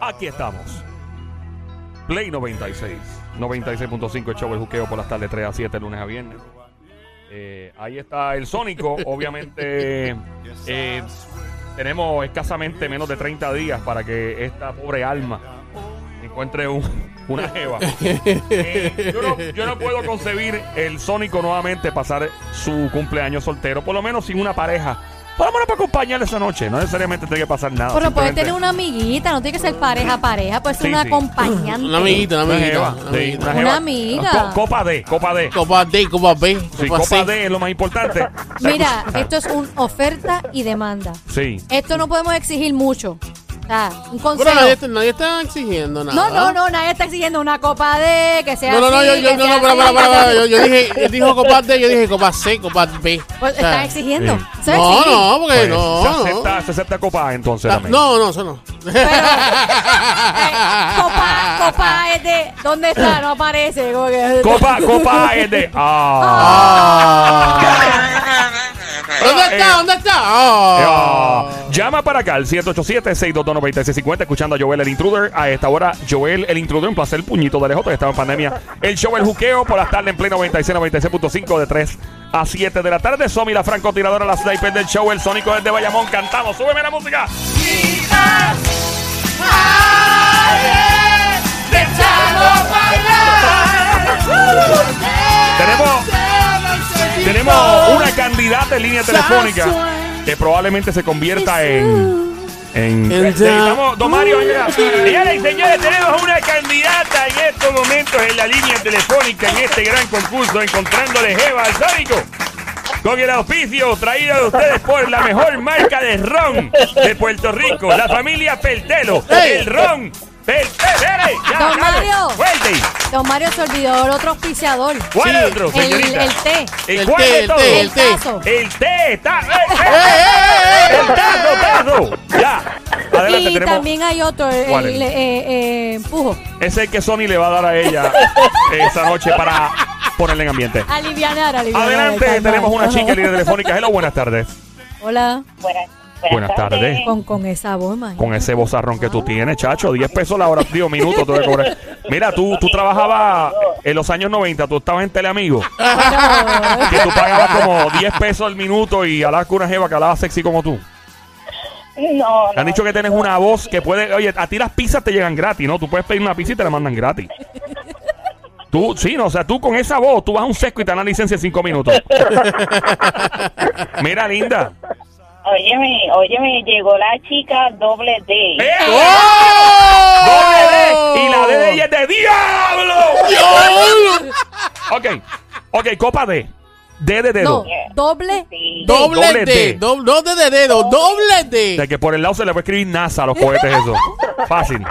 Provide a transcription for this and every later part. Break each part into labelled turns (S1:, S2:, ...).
S1: aquí estamos. Play 96. 96.5 el show El Juqueo por las tardes 3 a 7, lunes a viernes. Eh, ahí está el Sónico. Obviamente, eh, tenemos escasamente menos de 30 días para que esta pobre alma encuentre un- una jeva. Eh, yo, no, yo no puedo concebir el Sónico nuevamente pasar su cumpleaños soltero, por lo menos sin una pareja. Por lo menos para acompañarle esa noche. No necesariamente tiene que pasar
S2: Ah,
S1: nada.
S3: Pero puedes
S1: simplemente-
S3: tener una amiguita, no tiene que ser pareja, pareja, puede ser
S1: Sí,
S3: una
S1: sí.
S3: acompañante.
S2: Una amiguita, una
S1: Una
S2: amiguita.
S1: jeva,
S2: Una
S1: Pues, sí,
S2: amiguita.
S1: una jeva.
S3: Una amiga.
S1: Co- copa D, copa D.
S2: Copa D, Copa B,
S1: Sí,
S2: Copa
S1: copa
S2: C.
S1: D es lo más importante.
S3: Mira, esto es una oferta y demanda.
S1: Sí.
S3: Esto no podemos exigir mucho. O sea, un
S2: Pero nadie,
S3: consejo.
S2: está- nadie está exigiendo nada. ¿eh?
S3: No, no, no, nadie está exigiendo una copa de que sea
S2: No, no, no,
S3: así,
S2: yo, yo,
S3: que
S2: no,
S3: sea
S2: no, para,
S3: así,
S2: para,
S3: que
S2: para,
S3: sea
S2: para,
S3: así.
S2: yo, yo dije, él dijo copa D, yo dije copa C, copa B.
S3: Pues
S2: O sea,
S3: estás exigiendo.
S1: sí.
S3: Eso es
S2: No,
S3: exigir.
S2: no, porque
S1: Pues,
S2: no.
S1: se,
S2: no.
S1: acepta, se acepta copa A entonces.
S2: Ta-
S1: también.
S2: Ah, No, no, eso no.
S3: Eh, copa, copa es de. ¿Dónde está? No aparece. como que-
S1: Copa, copa A es de. Ah.
S2: Ah. ¿Dónde
S1: Eh.
S2: está? ¿Dónde está? Ah.
S1: Ah. Llama para acá al 787-622-9650 escuchando a Joel el Intruder. A esta hora, Joel el Intruder, un placer, puñito de lejos, que estaba en pandemia. El show El Juqueo por las tardes en pleno 96, 96.5 de 3 a 7 de la tarde. Somi, la francotiradora, la sniper del show, el sónico desde Bayamón. Cantamos, súbeme la música. Tenemos, tenemos una candidata en línea telefónica que probablemente se convierta en. En,
S2: En-
S1: Necesitamos- don Mario, venga. Señoras y señores, tenemos una candidata en estos momentos en la línea telefónica en este gran concurso, encontrándole Jeva al Sónico. Con el auspicio traído de ustedes por la mejor marca de ron de Puerto Rico, la familia Peltelo.
S2: ¡Ey!
S1: El ron Peltelo. Ya,
S3: Don
S1: dale,
S3: Mario.
S1: fuerte.
S3: Don Mario se olvidó el otro auspiciador.
S1: ¿Cuál es
S2: Sí,
S1: otro,
S3: El,
S1: señorita?
S3: el té.
S1: eh, ¿Y
S2: El
S1: cuál
S2: té,
S1: de
S2: el
S1: todos?
S2: té,
S3: El
S2: té.
S3: tazo.
S1: El té está. ¡Eh, eh,
S2: ¡Eh, eh, eh!
S1: el tazo, tazo! Ya. Adelante,
S3: y
S1: tenemos.
S3: también hay otro, el,
S1: ¿Cuál es?
S3: el, eh, eh, empujo.
S1: Ese es el que Sony le va a dar a ella esa noche para ponerle en ambiente.
S3: Alivianar, alivianar.
S1: Adelante,
S3: calmar.
S1: tenemos una
S3: Ajá.
S1: chica en línea telefónica. Hello, buenas tardes.
S3: Hola.
S4: Buenas,
S1: Buenas tardes.
S3: Con, con esa voz, imagínate.
S1: Con ese bozarrón que tú tienes, chacho. 10 pesos la hora, digo, minuto te voy a cobrar. Mira, tú, tú trabajabas en los años 90, tú estabas en Teleamigo,
S3: Bueno,
S1: que tú pagabas como 10 pesos al minuto y hablabas con una jeva que hablaba sexy como tú.
S4: No,
S1: Te han
S4: no,
S1: dicho que tienes una voz que puede. Oye, a ti las pizzas te llegan gratis, ¿no? Tú puedes pedir una pizza y te la mandan gratis. Tú, sí, no, o sea, tú con esa voz, tú vas a un sesco y te dan la licencia en cinco minutos. Mira, linda.
S4: Óyeme, óyeme, llegó la chica doble D.
S1: ¡Eh!
S2: ¡Oh!
S1: ¡Doble D! Y la D de ella es de diablo.
S2: ¡Diablo!
S1: Ok, ok, copa D. D de
S3: eh, no,
S1: dedo.
S3: doble.
S4: Sí.
S1: Doble
S2: Doble
S1: D.
S2: D, doble no D de dedo, doble
S1: De
S2: D.
S1: que por el lado se le puede escribir NASA a los cohetes, eso. Fácil.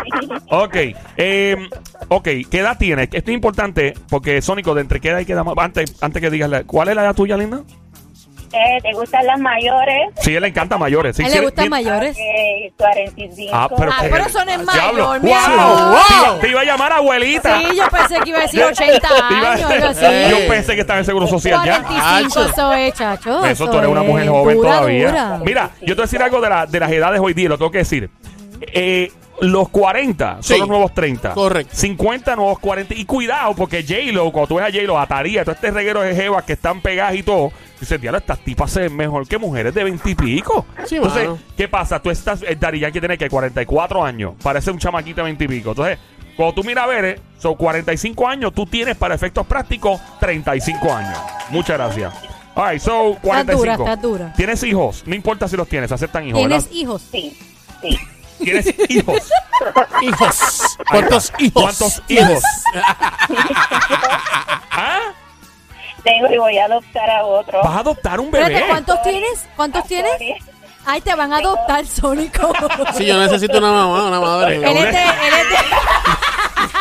S1: Ok. eh, ok, ¿qué edad tienes? Esto es importante porque, Sónico, de entre qué edad y qué edad más. Antes, antes que digas, la- ¿cuál es la edad tuya, linda?
S4: Eh, ¿Te gustan las mayores?
S1: Sí, él le encanta mayores. Sí,
S3: A él
S1: sí,
S3: le
S1: él-
S3: gustan
S1: bien-
S3: mayores.
S4: Eh, 45.
S1: Ah, pero,
S3: Ah, pero eso no es
S1: Diablo.
S3: mayor, mi
S1: ¡Wow!
S3: amor.
S1: Te iba- Te iba a llamar abuelita.
S3: Sí, yo pensé que iba a decir 80
S1: Te iba a-
S3: años, algo así.
S1: Yo pensé que estaba en Seguro Social ya.
S3: 45
S2: Hacho.
S3: eso es, chacho.
S1: Pues Eso tú eres una
S3: es
S1: mujer joven
S3: dura,
S1: todavía.
S3: dura.
S1: Mira, yo te voy a decir algo de, la- de las edades hoy día, lo tengo que decir. Eh, los 40 son
S2: Sí.
S1: los nuevos 30.
S2: Correcto.
S1: 50 nuevos 40. Y cuidado, porque J-Lo, cuando tú ves a J-Lo, Ataría, todo este reguero de jevas que están pegadas y todo, dices, diablo, estas tipas se ven mejor que mujeres de 20 y pico.
S2: Sí,
S1: Entonces,
S2: mano.
S1: ¿qué pasa? Tú estás, el Dari Yankee tiene que 44 años, parece un chamaquito de 20 y pico. Entonces, cuando tú miras a ver, eh, son 45 años, tú tienes para efectos prácticos 35 años. Muchas gracias. All right, so
S3: Estás
S1: 45.
S3: dura, estás dura.
S1: Tienes hijos, no importa si los tienes, aceptan hijos.
S3: Tienes
S1: ¿verdad?
S3: hijos.
S4: Sí, sí.
S1: ¿Tienes hijos.
S2: Hijos.
S1: Ahí está.
S2: ¿Cuántos hijos?
S1: ¿Cuántos hijos? ¿Ah?
S4: Tengo y voy a adoptar a otro.
S1: ¿Vas a adoptar un bebé?
S3: Espérate, ¿cuántos tienes? ¿Cuántos tienes? Ay, te van a adoptar, Sónico.
S2: Sí, yo necesito una mamá, una madre.
S3: Él es de- él es de-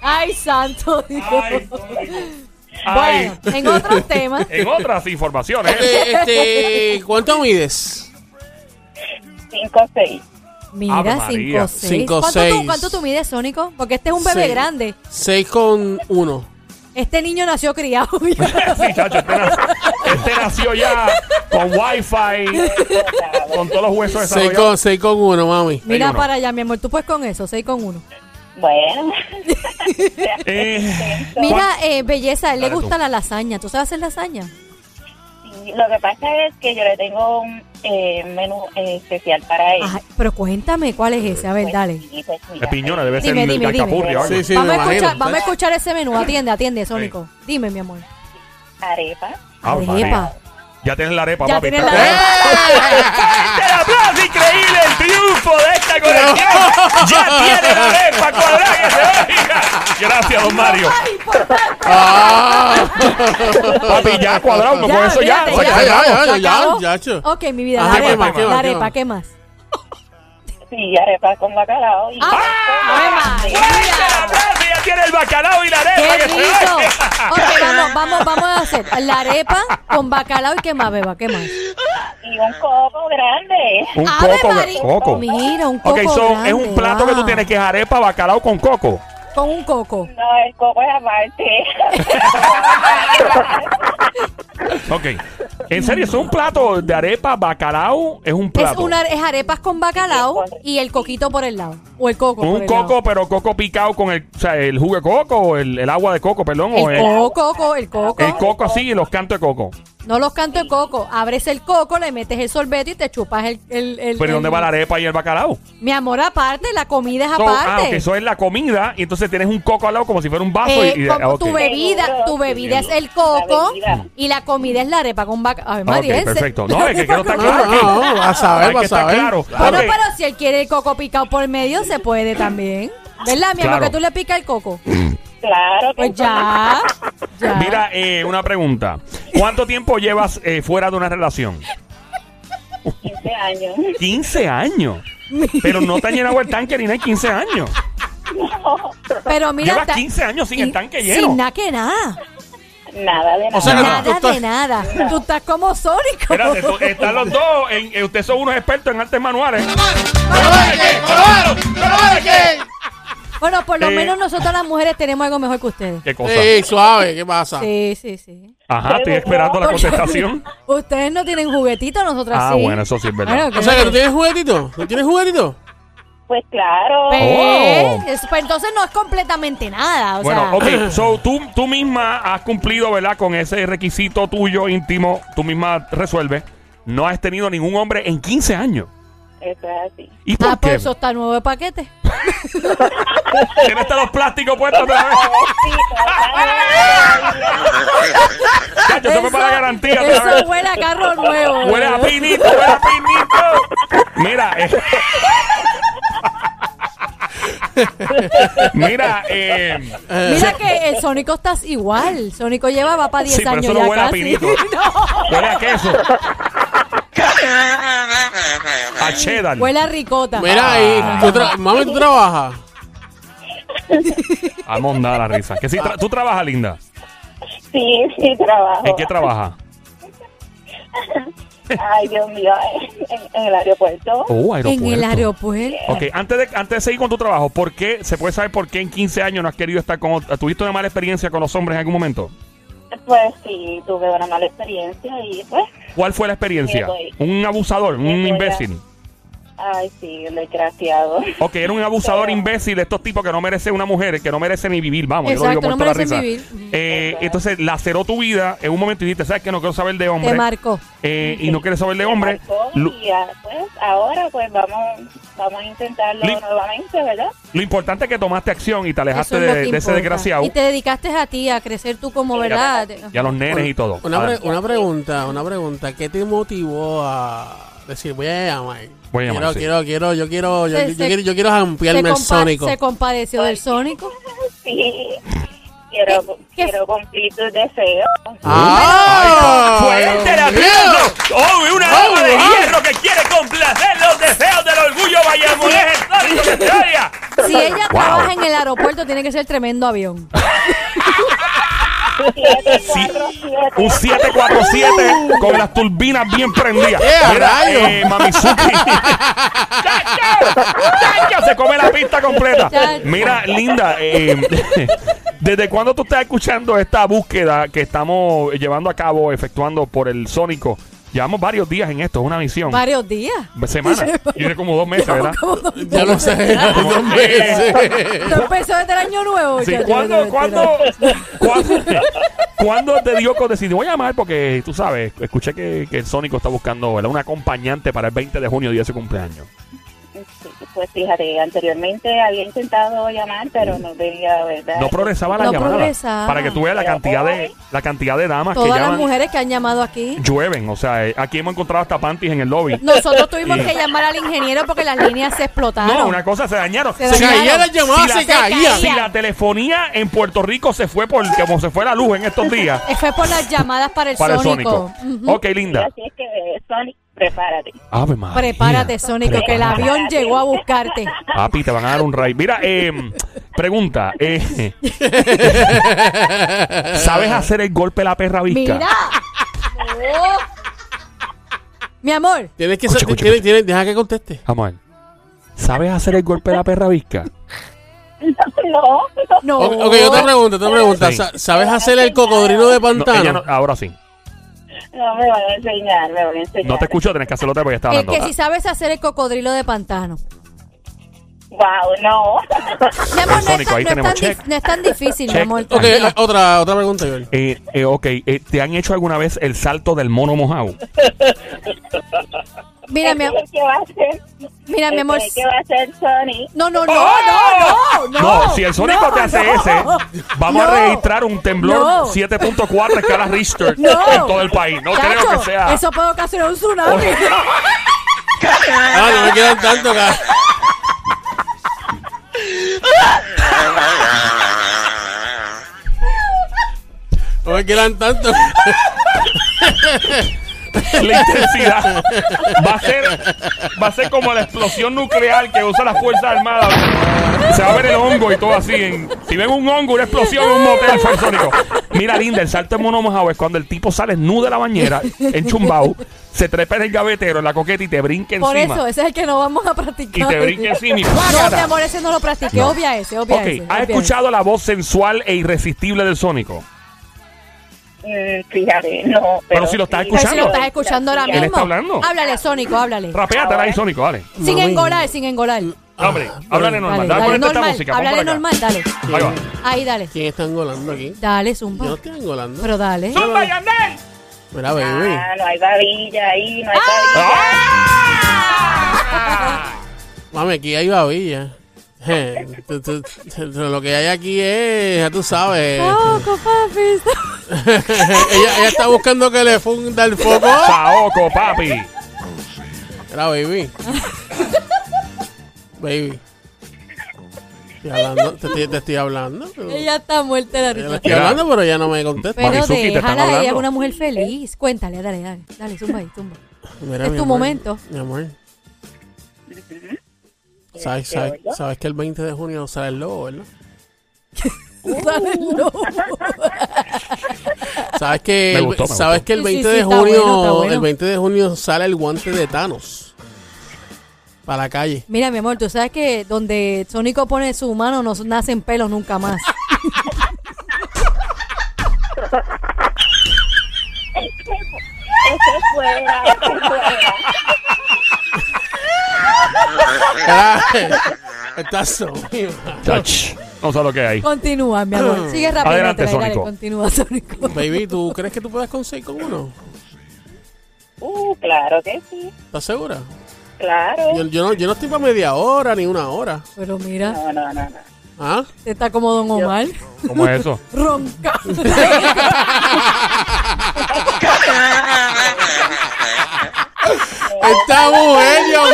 S3: Ay, santo Dios.
S1: Ay,
S3: bueno, en otros temas.
S1: En otras informaciones.
S2: Este, este, ¿Cuánto mides?
S4: 5 o
S1: Ave
S4: 6.
S3: Mira,
S1: María.
S3: 5 6.
S2: Cinco,
S3: ¿Cuánto, tú-
S2: seis.
S3: ¿Cuánto tú mides, Sónico? Porque este es un bebé
S2: Seis.
S3: grande.
S2: Seis con uno.
S3: Este niño nació criado.
S1: Sí, chacho, este, nació, este nació ya con wifi, con todos los huesos
S2: 6
S1: desarrollados.
S2: con, 6 con 1, mami.
S3: Mira
S1: uno.
S3: para allá, mi amor, tú puedes con eso, 6 con 1.
S4: Bueno.
S1: Eh,
S3: Mira, eh, belleza, a él le
S1: Dale tú.
S3: gusta la lasaña. ¿Tú sabes hacer lasaña?
S4: Sí, Lo que pasa es que yo le tengo un eh, menú eh, especial para él.
S3: Ay, pero cuéntame, ¿cuál es ese? A ver, dale.
S4: Sí, pues,
S1: de
S4: mira,
S1: piñona, debe ser
S3: Dime,
S1: de
S3: dime, dime.
S1: alcapurria o algo.
S2: Sí, sí,
S3: vamos,
S2: me
S3: a escuchar,
S2: imagino.
S3: vamos a escuchar ese menú. Atiende, atiende, Sónico. Dime, mi amor.
S4: Arepa.
S1: Ah,
S3: Arepa.
S1: María. Ya tienes la arepa,
S3: Ya
S1: papi.
S3: tienes la
S1: Perfecto.
S3: arepa.
S1: ¡Fuerte el aplauso! ¡Increíble el triunfo de esta colección! ¡Ya tiene la arepa cuadrada que se oiga! Gracias, don Mario.
S2: Ah.
S1: Papi, ya cuadrado, con eso ya.
S3: olvídate,
S1: o sea,
S2: ya,
S1: ya.
S2: ya.
S3: ¿Se acabó?
S2: ya, ya, ya.
S3: Ok, mi vida,
S2: Ah,
S3: la
S2: ¿qué
S3: arepa,
S2: más, qué
S3: la
S2: más, qué
S3: arepa,
S2: más?
S3: ¿qué más?
S4: Sí, arepa con bacalao. Y
S3: Ah,
S4: Sí.
S3: María.
S1: ¡Fuerte el aplauso! ¡Ya tiene el bacalao y la arepa
S3: ¡Qué
S1: que se
S3: rico!
S1: oiga!
S3: Ok, vamos, vamos, vamos a hacer la arepa con bacalao y qué más, beba, qué más.
S4: y un coco grande.
S1: Un
S3: ¡Ave
S1: coco,
S3: María!
S1: coco.
S3: Mira, un coco
S1: Ok, so, es
S3: grande,
S1: un plato que tú
S3: wow.
S1: tienes que es arepa, bacalao con coco.
S3: Con un coco.
S4: No, el coco es aparte.
S1: Ok. En serio, es un plato de arepa, bacalao, es un
S3: Es,
S1: plato.
S3: una, es arepas con bacalao y el coquito por el lado. O el coco por
S1: Un
S3: el
S1: coco,
S3: lado.
S1: pero coco picado con el, o sea, el jugo de coco, o el, el agua de coco, perdón, o
S3: El
S1: el,
S3: coco, coco, el coco.
S1: el coco así y los cantos de coco.
S3: No los canto de coco. Abres el coco, le metes el sorbete y te chupas el... el, el-
S1: Pero ¿y
S3: el-
S1: ¿dónde va la arepa y el bacalao?
S3: Mi amor, aparte, la comida es
S1: So, ah,
S3: aparte.
S1: ok, eso es la comida y entonces tienes un coco al lado como si fuera un vaso
S3: Eh,
S1: y, y-
S3: como
S1: ah, ok.
S3: tu bebida, tu bebida es el coco
S4: bebida.
S3: y la comida es la arepa con vaca. Ay,
S1: Ah, ok,
S3: María, ese-
S1: perfecto. No, es que quiero estar
S2: Ah, No,
S1: claro. aquí.
S2: no, no, a
S1: Hay
S2: saber,
S1: que
S2: a
S1: estar
S2: saber.
S1: claro.
S3: Bueno,
S1: Ok.
S3: pero si él quiere el coco picado por el medio, se puede también. ¿Verdad, mi amor?
S1: Claro.
S3: Que tú le picas el coco.
S4: Claro que
S3: Pues ya. ya.
S1: Mira, eh, una pregunta. ¿Cuánto tiempo llevas eh, fuera de una relación?
S4: sí, 15 años.
S1: 15 años. Pero no te han llenado el tanque ni nada en 15 años.
S3: Pero mira,
S1: Llevas
S3: está-
S1: 15 años sin el tanque lleno.
S3: Sin nada que nada.
S4: Nada de nada.
S2: O sea,
S3: Nada
S2: tú estás-
S3: de nada. Tú estás como Sónico.
S1: Espérate, tú- están los dos. En, eh, ustedes son unos expertos en artes manuales.
S3: Bueno, por lo
S1: Eh.
S3: menos nosotros las mujeres tenemos algo mejor que ustedes.
S1: ¿Qué cosa?
S2: Ey, suave, ¿qué pasa?
S3: Sí, sí, sí.
S1: Ajá, estoy esperando la
S3: Porque
S1: contestación.
S3: Ustedes no tienen juguetitos, nosotras
S1: Ah,
S3: sí.
S1: bueno, eso sí es verdad.
S3: Claro que
S2: O sea, que
S3: no.
S2: no tienes juguetito. ¿No tienes juguetito?
S4: Pues claro.
S3: Pues, es- pues entonces no es completamente nada. O
S1: Oh.
S3: sea, ah.
S1: Bueno, ok, so tú, tú misma has cumplido, ¿verdad? Con ese requisito tuyo íntimo, tú misma resuelves. No has tenido ningún hombre en 15 años.
S4: Eso es así.
S1: ¿Y por
S3: ah,
S1: qué?
S3: pues eso está nuevo de paquete.
S1: ¿Quién está los plásticos puestos otra vez?
S4: Sí, total.
S1: Chacho, eso fue para la garantía otra vez.
S3: Eso huele a carro nuevo.
S1: Huele a pinito, huele a pinito. Mira, eh. Mira, eh,
S3: Mira que el Sónico estás igual. Sónico lleva va para 10
S1: Sí, pero
S3: años
S1: eso no
S3: ya
S1: huele a
S3: casi.
S1: pinito. huele a queso. A cheddar.
S3: No, huele a ricota.
S1: Ah,
S2: Mira, eh. y tú tra- mami, tú trabajas.
S1: A mondar la risa. Que sí, tra- ¿Tú trabajas, Linda?
S4: sí, sí, trabajo.
S1: ¿En qué trabajas?
S4: Ay, Dios mío, en, en el aeropuerto.
S1: Oh,
S3: en el aeropuerto.
S1: Ok, antes de, antes de seguir con tu trabajo, ¿por qué? ¿Se puede saber por qué en 15 años no has querido estar con... ot- ¿Tuviste una mala experiencia con los hombres en algún momento?
S4: Pues sí, tuve una mala experiencia y pues,
S1: ¿Cuál fue la experiencia?
S4: Sí,
S1: Un abusador, un
S4: Sí,
S1: imbécil.
S4: ay, sí, desgraciado.
S1: Ok, era un abusador imbécil de estos tipos que no merece una mujer, que no merece ni vivir, vamos, yo lo
S3: Exacto,
S1: digo
S3: no
S1: por toda la
S3: merecen
S1: risa.
S3: vivir.
S1: Eh, entonces laceró tu vida en un momento y dijiste, ¿sabes que No quiero saber de hombre.
S3: Te marcó.
S1: Eh, y no quieres saber de hombre.
S4: Marcó
S1: Lo,
S4: Y ah, pues ahora pues vamos, vamos a intentarlo
S1: Li-
S4: nuevamente, ¿verdad?
S1: lo importante es que tomaste acción y te alejaste
S3: Eso es lo
S1: de,
S3: que
S1: de ese
S3: importa.
S1: desgraciado
S3: Y te dedicaste a ti, a crecer tú como, ¿verdad?
S1: y a los nenes y todo.
S2: Una,
S1: Adelante.
S2: pre- una pregunta, una pregunta. ¿Qué te motivó a decir, voy a llamar?
S1: Voy a llamar,
S2: Quiero,
S1: sí.
S2: quiero, quiero, yo quiero, yo,
S3: Se-
S2: yo
S3: se-
S2: quiero, yo quiero ampliarme
S3: se,
S2: el
S3: compa-
S2: sónico.
S3: se compadeció del Sónico.
S4: Sí, quiero,
S3: ¿Qué-
S4: quiero cumplir tus deseos.
S2: ¡Ah!
S1: ¡Fuerte el
S2: Dios mío!
S1: aplauso! ¡Oh, y una
S2: ¡Oh,
S1: dama de
S2: wow!
S1: hierro que quiere complacer los deseos del orgullo vallamulés histórico de Victoria!
S3: Si ella
S1: Wow.
S3: trabaja en el aeropuerto, tiene que ser tremendo avión.
S4: Siete,
S1: Sí.
S4: cuatro, siete.
S1: Un 747 con las turbinas bien prendidas.
S2: ¡Eh, rayos!
S1: eh, Mamizuki. ¡Chacho! ¡Chacho! Se come la pista completa.
S3: Chacho.
S1: Mira, Linda, eh, ¿Desde cuándo tú estás escuchando esta búsqueda que estamos llevando a cabo, efectuando por el Sónico? Llevamos varios días en esto, es una misión.
S3: Varios días.
S1: Semana. Yo Tiene como dos meses, ¿verdad?
S3: Como dos meses.
S2: Ya lo sé, dos meses.
S3: Esto empezó desde el año nuevo.
S1: Sí,
S3: ya, ya, ya,
S1: ¿cuándo,
S3: ya,
S1: cuándo, cuándo, cuándo te dio con decidir? Voy a llamar porque tú sabes, escuché que, que el Sónico está buscando ¿verdad? un acompañante para el 20 de junio, día de su cumpleaños.
S4: Sí, Pues fíjate, anteriormente había intentado llamar, pero no veía, ¿verdad?
S1: No progresaba la
S3: No
S1: llamada.
S3: progresaba.
S1: Para que tú veas la
S4: Pero
S1: cantidad de
S4: hoy-
S1: la cantidad de damas que
S3: Todas las
S1: llaman,
S3: mujeres que han llamado aquí.
S1: llueven. O sea, eh, aquí hemos encontrado hasta panties en el lobby.
S3: Nosotros tuvimos
S1: Y-
S3: que llamar al ingeniero porque las líneas se explotaron.
S1: No, una cosa, se dañaron.
S3: Se
S2: Se
S3: dañaron.
S2: caía la
S1: Si
S2: llamada,
S1: la-
S2: se caía.
S3: se
S1: Si la telefonía en Puerto Rico se fue por como se fue la luz en estos días
S3: Eh, Fue por las llamadas para el
S1: para el
S3: Sónico.
S1: Sónico.
S3: Ujú.
S1: Ok, linda.
S4: Así es que, Sonic, prepárate.
S1: Ave María.
S3: Prepárate, Sónico, que el
S1: Prepárate.
S3: avión llegó a buscarte.
S1: Papi, te van a dar un ray. Mira, eh, pregunta. eh, ¿Sabes hacer el golpe de la perra visca?
S3: Mira. Oh. Mi amor,
S2: Tienes que
S1: Escucha,
S2: sa-
S1: escucha,
S2: tienes-
S1: escucha.
S2: tienes- deja que conteste.
S1: Vamos a ver. ¿Sabes hacer el golpe de la perra visca?
S4: No, no.
S3: no.
S2: Ok, ok, otra pregunta, otra pregunta.
S1: Sí.
S2: Sa- ¿Sabes hacer el cocodrilo de
S1: No, Ah, ella no-
S2: pantano?
S1: ahora sí.
S4: No me van a enseñar, me van a enseñar.
S1: No te escucho, tenés que hacerlo otra vez porque estaba
S3: El
S1: hablando.
S3: que si sabes hacer el cocodrilo de pantano.
S4: Wow, no.
S3: Mi amor, no,
S1: Sónico, ahí
S3: es, tan- no
S1: tenemos
S3: es tan,
S1: check.
S3: dif- no es tan difícil, mi
S1: Check.
S3: amor.
S2: Ok, la- otra, otra pregunta, Joel.
S1: Eh, eh, ok, eh, ¿te han hecho alguna vez el salto del mono mojado?
S3: Mira, mi,
S4: Entonces, ¿Qué va a hacer?
S3: mira, mi amor.
S4: Entonces, ¿Qué va a hacer Sonic?
S3: No, no, no,
S1: ¡Oh!
S3: no, no, no.
S1: si el Sónico
S3: no,
S1: te hace
S3: no.
S1: ese, vamos
S3: No.
S1: a registrar un temblor
S3: No.
S1: 7.4 escala Richter
S3: No.
S1: en todo el país. No creo
S3: Chacho,
S1: que sea.
S3: Eso puede ocasionar un tsunami.
S2: Ah, no me quedan tanto, cara. No me quedan tanto.
S1: la intensidad va a ser va a ser como la explosión nuclear que usa las fuerzas armadas se va a ver el hongo y todo así en- si ven un hongo una explosión en un motel fue el sónico mira linda el salto en mono mojado es cuando el tipo sale nudo de la bañera en chumbau se trepa en el gavetero en la coqueta y te brinca
S3: Por
S1: encima
S3: eso, ese es el que no vamos a practicar.
S1: y te brinca encima y
S3: No, mi
S1: ¡para!
S3: amor, ese no lo practiqué.
S1: No.
S3: Obvia ese, obvia
S1: ok
S3: ese.
S1: ¿has
S3: obvia ese.
S1: escuchado la voz sensual e irresistible del sónico?
S4: Mm, fíjate, no.
S1: Pero si lo estás
S3: Pero si
S1: escuchando.
S3: lo estás escuchando ahora
S1: Él
S3: mismo.
S1: está hablando.
S3: Háblale, Sónico, háblale.
S1: rapeátela ahí sónico dale
S3: Sin
S2: Mami.
S3: engolar, sin engolar.
S1: No, hombre háblale normal
S3: Ah. Dale,
S1: dale,
S3: dale,
S1: ponete esta
S3: normal,
S1: música pon
S3: háblale
S1: por acá.
S3: normal, dale.
S1: ahí va
S3: Ahí, dale.
S2: ¿Quién está engolando aquí?
S3: Dale,
S2: Yo no
S3: zumba.
S2: estoy engolando.
S3: Pero dale.
S1: ¡Zumba, Yandel!
S2: Mira, baby.
S4: Ah, no hay babilla ahí, no hay babilla.
S1: ¡Ah!
S2: Mami, aquí hay babilla. Je, tú- tú- tú- Lo que hay aquí es, ya tú sabes.
S3: Poco, papi.
S2: ella, ella está buscando que le funda el foco.
S1: Saoco, papi.
S2: Era baby. baby. Estoy hablando, te, estoy- te estoy hablando. pero-
S3: Ella está muerta de la
S2: Yo le
S3: risa.
S2: estoy hablando, pero ella no me contesta.
S3: Pero
S1: Marizuki, ¿te están
S3: déjala, ella es
S1: hablando?
S3: una mujer feliz. Cuéntale, dale, dale. Dale, zumba ahí, zumba.
S2: Mira,
S3: es
S2: mi
S3: tu
S2: amor,
S3: momento.
S2: Mi amor. ¿Sabes, sabes, sabes que el 20 de junio sale el lobo, ¿verdad?
S3: ¿Sabes? No.
S2: ¿Sabes que
S1: Me
S2: el,
S1: gustó, me
S2: sabes
S1: gustó.
S2: que el
S3: Sí,
S2: 20
S3: sí,
S2: de
S3: está
S2: junio
S3: bueno, está bueno.
S2: el 20 de junio sale el guante de Thanos para la calle?
S3: Mira, mi amor, tú sabes que donde Sónico pone su mano no nacen pelos nunca más.
S4: Este fuera, este fuera.
S2: Estás sonido.
S1: Touch. No sé lo que hay.
S3: Continúa, mi amor. Sigue rápido.
S1: Ah. Adelante,
S3: dale, dale,
S1: Sónico.
S3: continúa, Sónico.
S2: Baby, ¿tú crees que tú puedas conseguir con uno?
S4: Uh, claro que sí,
S2: ¿Estás segura?
S4: claro.
S2: Yo, yo no, yo no estoy para media hora ni una hora.
S3: Pero mira,
S4: No, no, no, no.
S2: ¿Ah?
S3: te está como Don Omar.
S1: ¿Cómo es eso?
S3: Ronca.
S2: ¡Esta mujer, Dios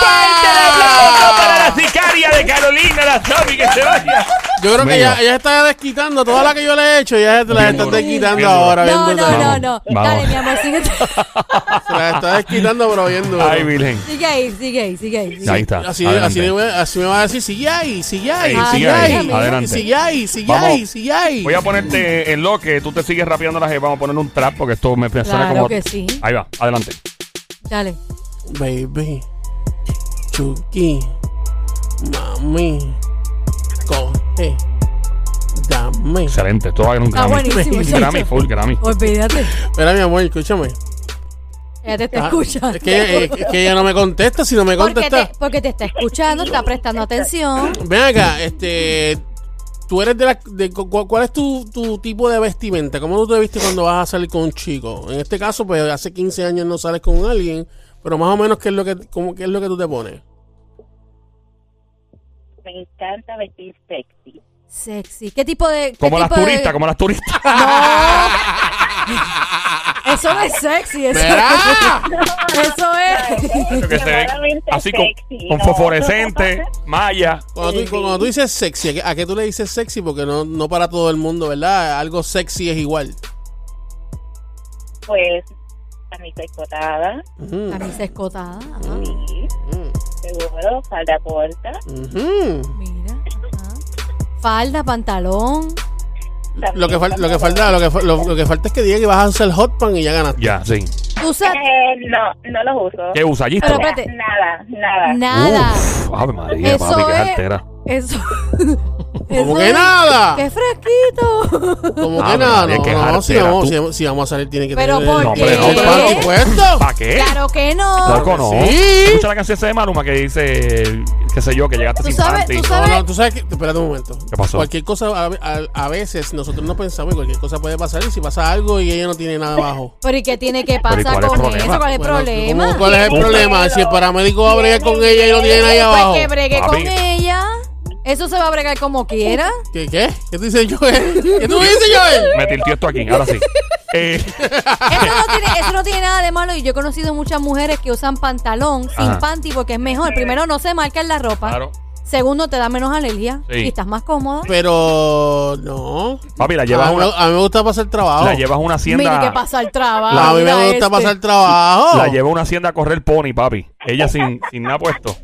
S1: Para la
S2: mío!
S1: sicaria de Carolina, la Tommy, que se vaya.
S2: Yo creo
S1: Mira.
S2: que ya, ya está desquitando toda la que yo le he hecho. Ya se la
S1: Bien
S2: está
S1: duro, bien
S2: desquitando
S1: duro.
S2: ahora. bien
S3: No, no,
S2: duro.
S3: no,
S1: Vamos,
S3: no. Dale,
S1: vamos.
S3: mi amor, sigue,
S2: Se la está desquitando, pero bien duro.
S1: Ay, Virgen.
S3: sigue ahí, sigue ahí, sigue ahí. sigue
S1: Ahí
S3: ahí.
S1: está.
S2: Así,
S1: Adelante.
S2: así, me voy- así me va a decir, sigue ahí, sigue ahí,
S1: Sí,
S2: sigue
S1: sigue
S3: ahí,
S2: ahí,
S1: adelante.
S2: sigue ahí, sigue
S1: Vamos.
S2: ahí, sigue ahí.
S1: Voy a ponerte en lo que tú te sigues rapeando las Vamos a poner un trap porque esto me suena
S3: Claro
S1: como.
S3: que sí.
S1: Ahí va, adelante.
S3: Dale.
S2: Baby, Chucky, mami, coge Dame.
S1: Excelente. Esto va a ganar un
S3: Está
S1: Grammy.
S3: buenísimo,
S1: Un Grammy,
S3: chacho.
S1: full Grammy.
S3: Olvídate.
S2: Espera, mi amor, escúchame.
S3: Ella te está
S2: Ah,
S3: escuchando.
S2: Es que, es que ella no me contesta. Si no me
S3: porque,
S2: contesta.
S3: te, porque te está escuchando, está prestando atención.
S2: Ven acá, este. Tú eres de la. de- cu- cu- ¿Cuál es tu, tu tipo de vestimenta? ¿Cómo tú te vistes cuando vas a salir con un chico? En este caso, pues hace 15 años no sales con alguien, pero más o menos, ¿qué es lo que, cómo, qué es lo que tú te pones?
S4: Me encanta vestir sexy.
S3: Sexy. ¿Qué tipo de.? qué
S1: Como las
S3: este tipo de-
S1: turistas, como las turistas.
S3: Eso no es sexy. Eso,
S2: ¡Verá!
S3: eso es.
S1: que se ven
S4: Extremadamente
S1: así con,
S4: sexy,
S1: con
S4: ¿no?
S1: fosforescente, malla.
S3: Eh,
S2: Cuando tú, cuando tú dices sexy, ¿a qué- ¿a qué tú le dices sexy? Porque no, no para todo el mundo, ¿verdad? Algo sexy es igual.
S4: Pues camisa escotada,
S2: Ujú,
S3: Camisa escotada.
S2: Ah.
S3: ajá.
S4: sí,
S2: ujú,
S4: seguro, falda corta,
S2: ujú.
S3: Mira. ajá. Falda, pantalón.
S2: Lo que, fal- lo que falta, lo que, fa- lo, lo que falta es que diga que vas a hacer hot pan y ya ganaste.
S1: Ya, sí.
S3: Tú usas
S4: Eh, no, no los uso.
S1: ¿Qué usa
S3: Pero
S1: Gistro?
S3: espérate.
S4: Nada, nada.
S3: nada.
S1: Uf, Ave María,
S3: Eso
S1: papi, qué
S3: es-
S1: altera.
S3: Eso.
S2: Como
S3: eso
S2: que
S3: es-
S2: nada.
S3: ¡Qué fresquito!
S2: Como
S1: Ah,
S2: que nada,
S1: María,
S2: no,
S1: qué
S2: no,
S1: jartera,
S2: si vamos,
S1: tú.
S2: si vamos- si vamos a salir tiene que
S3: Pero,
S2: tener
S3: ¿por
S1: No, hombre, no, qué?
S2: ¿Por qué? puesto.
S1: ¿Para qué?
S3: ¡Claro que no!
S1: Loco, ¿Eh? no.
S2: Sí.
S1: Escucha la canción esa de Maluma que dice, eh, qué sé yo, que llegaste
S3: Tú
S1: sin
S3: sabes-
S1: panty.
S3: tú
S2: No,
S3: ¿Sabes?
S2: no, tú sabes que, espérate un momento.
S1: ¿Qué pasó?
S2: Cualquier cosa, a, a- a veces nosotros no pensamos que cualquier cosa puede pasar y si pasa algo y ella no tiene
S3: Pues,
S2: nada abajo.
S3: Pero ¿y qué tiene que
S1: Pero, ¿y
S3: pasar
S1: cuál es el
S3: con
S1: problema?
S3: eso? ¿Cuál es el
S2: Bueno,
S3: problema?
S2: ¿cómo- ¿Cuál es el
S4: Tiene
S2: problema?
S4: miedo.
S2: Si el paramédico va a bregar con ella y no tiene nadie
S3: Pues
S2: abajo.
S3: que bregue
S1: Papi.
S3: con ella. Eso se va a bregar como quiera.
S2: ¿Qué? ¿Qué? ¿Qué tú dices, Joel? ¿Qué tú dices, Joel?
S1: Me tilteó esto aquí, ahora sí. Eh,
S3: Eso no, tiene, eso no tiene nada de malo. Y yo he conocido muchas mujeres que usan pantalón
S1: Ajá.
S3: sin panty porque es mejor. Primero, no se marca en la ropa.
S1: claro.
S3: Segundo, te da menos alergia.
S1: Sí. Pues,
S3: Y estás más cómodo.
S2: Pero no.
S1: Papi, la
S2: A
S1: llevas
S2: mí,
S1: una,
S2: me- a mí me gusta pasar trabajo.
S1: la llevas a una
S3: Mira que
S1: hacienda.
S3: pasa el trabajo.
S2: a mí me
S3: mira
S2: gusta
S3: este.
S2: pasar trabajo.
S1: La lleva a una hacienda a correr pony, papi. Ella sin, sin nada puesto.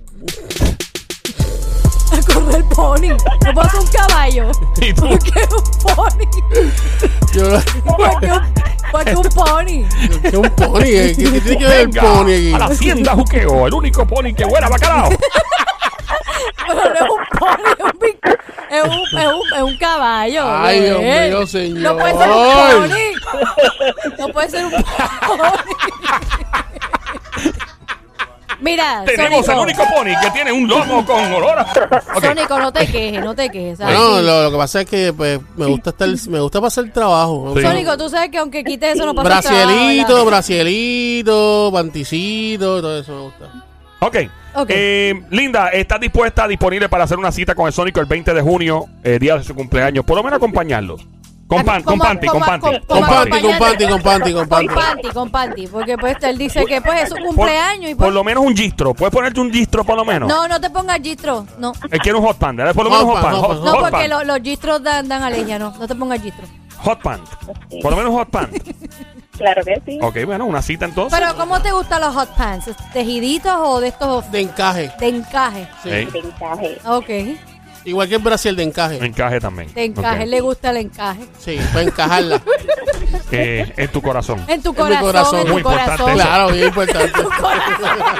S3: A correr pony. Yo puedo hacer un caballo.
S1: Y tú,
S3: ¿Por qué un pony?
S2: Yo lo-
S3: ¿Por qué un, por qué un pony?
S2: ¿Qué es un pony? ¿eh? ¿Qué, qué tiene que ver el
S1: venga,
S2: pony
S1: a la
S2: aquí?
S1: hacienda juqueo, el único pony que huela a bacalao.
S3: Pero no es un pony, es un, bic- es un, es un, es un caballo.
S2: Ay,
S3: bebé.
S2: Dios mío, señor.
S3: No puede ser un pony. No puede ser un pony. Mira,
S1: Tenemos el
S3: Sónico,
S1: único pony que tiene un lomo con olor a... Ok.
S3: Sónico, no te quejes, no te quejes. ¿sabes?
S2: Bueno, lo, lo que pasa es que pues, me gusta estar, me gusta pasar trabajo.
S1: Sí.
S3: Sónico, tú sabes que aunque quites eso no pasa
S2: Bracielito,
S3: nada.
S2: bracielito, panticito, todo eso me gusta.
S1: Ok.
S3: Ok.
S1: Eh, Linda, ¿estás dispuesta, disponible para hacer una cita con el Sónico el 20 de junio, eh, día de su cumpleaños? Por lo menos acompañarlo. Con, pan, con
S3: Como-
S1: panty, con
S3: como-
S1: panty.
S3: como-
S1: con
S3: como
S1: panty.
S2: panty, con panty, con panty, con
S3: Con
S2: panty.
S3: panty, con panty, porque pues él dice que pues es su
S1: Por-
S3: cumpleaños y
S1: Por
S3: pues...
S1: lo menos un gistro. ¿Puedes ponerte un gistro por lo menos?
S3: No, no te pongas gistro, no.
S1: Él quiere un hot pant. ¿verdad? Por lo menos un
S2: Hot
S1: hot
S2: pant,
S1: pant.
S2: hot
S1: Hot,
S3: No,
S1: hot
S3: porque
S1: pant.
S3: lo- los gistros dan, dan alergia, no. No te pongas gistro.
S1: Hot pant. Por lo menos hot pant.
S4: Claro que sí.
S1: ok, bueno, una cita entonces.
S3: Pero ¿cómo te gustan los hot pants? ¿Tejiditos o de estos de,
S2: De encaje.
S3: encaje? Ah,
S2: Sí.
S1: Ey,
S4: Ventaje.
S3: Ok,
S2: Igual que el braciel de encaje.
S1: encaje también.
S3: de encaje,
S1: Ok.
S3: le gusta el encaje.
S2: Sí, para encajarla.
S1: Eh, en tu corazón.
S3: En tu
S2: mi corazón.
S3: corazón, en tu
S1: Muy importante
S3: corazón.
S1: eso.
S2: claro, bien importante.
S3: En tu corazón.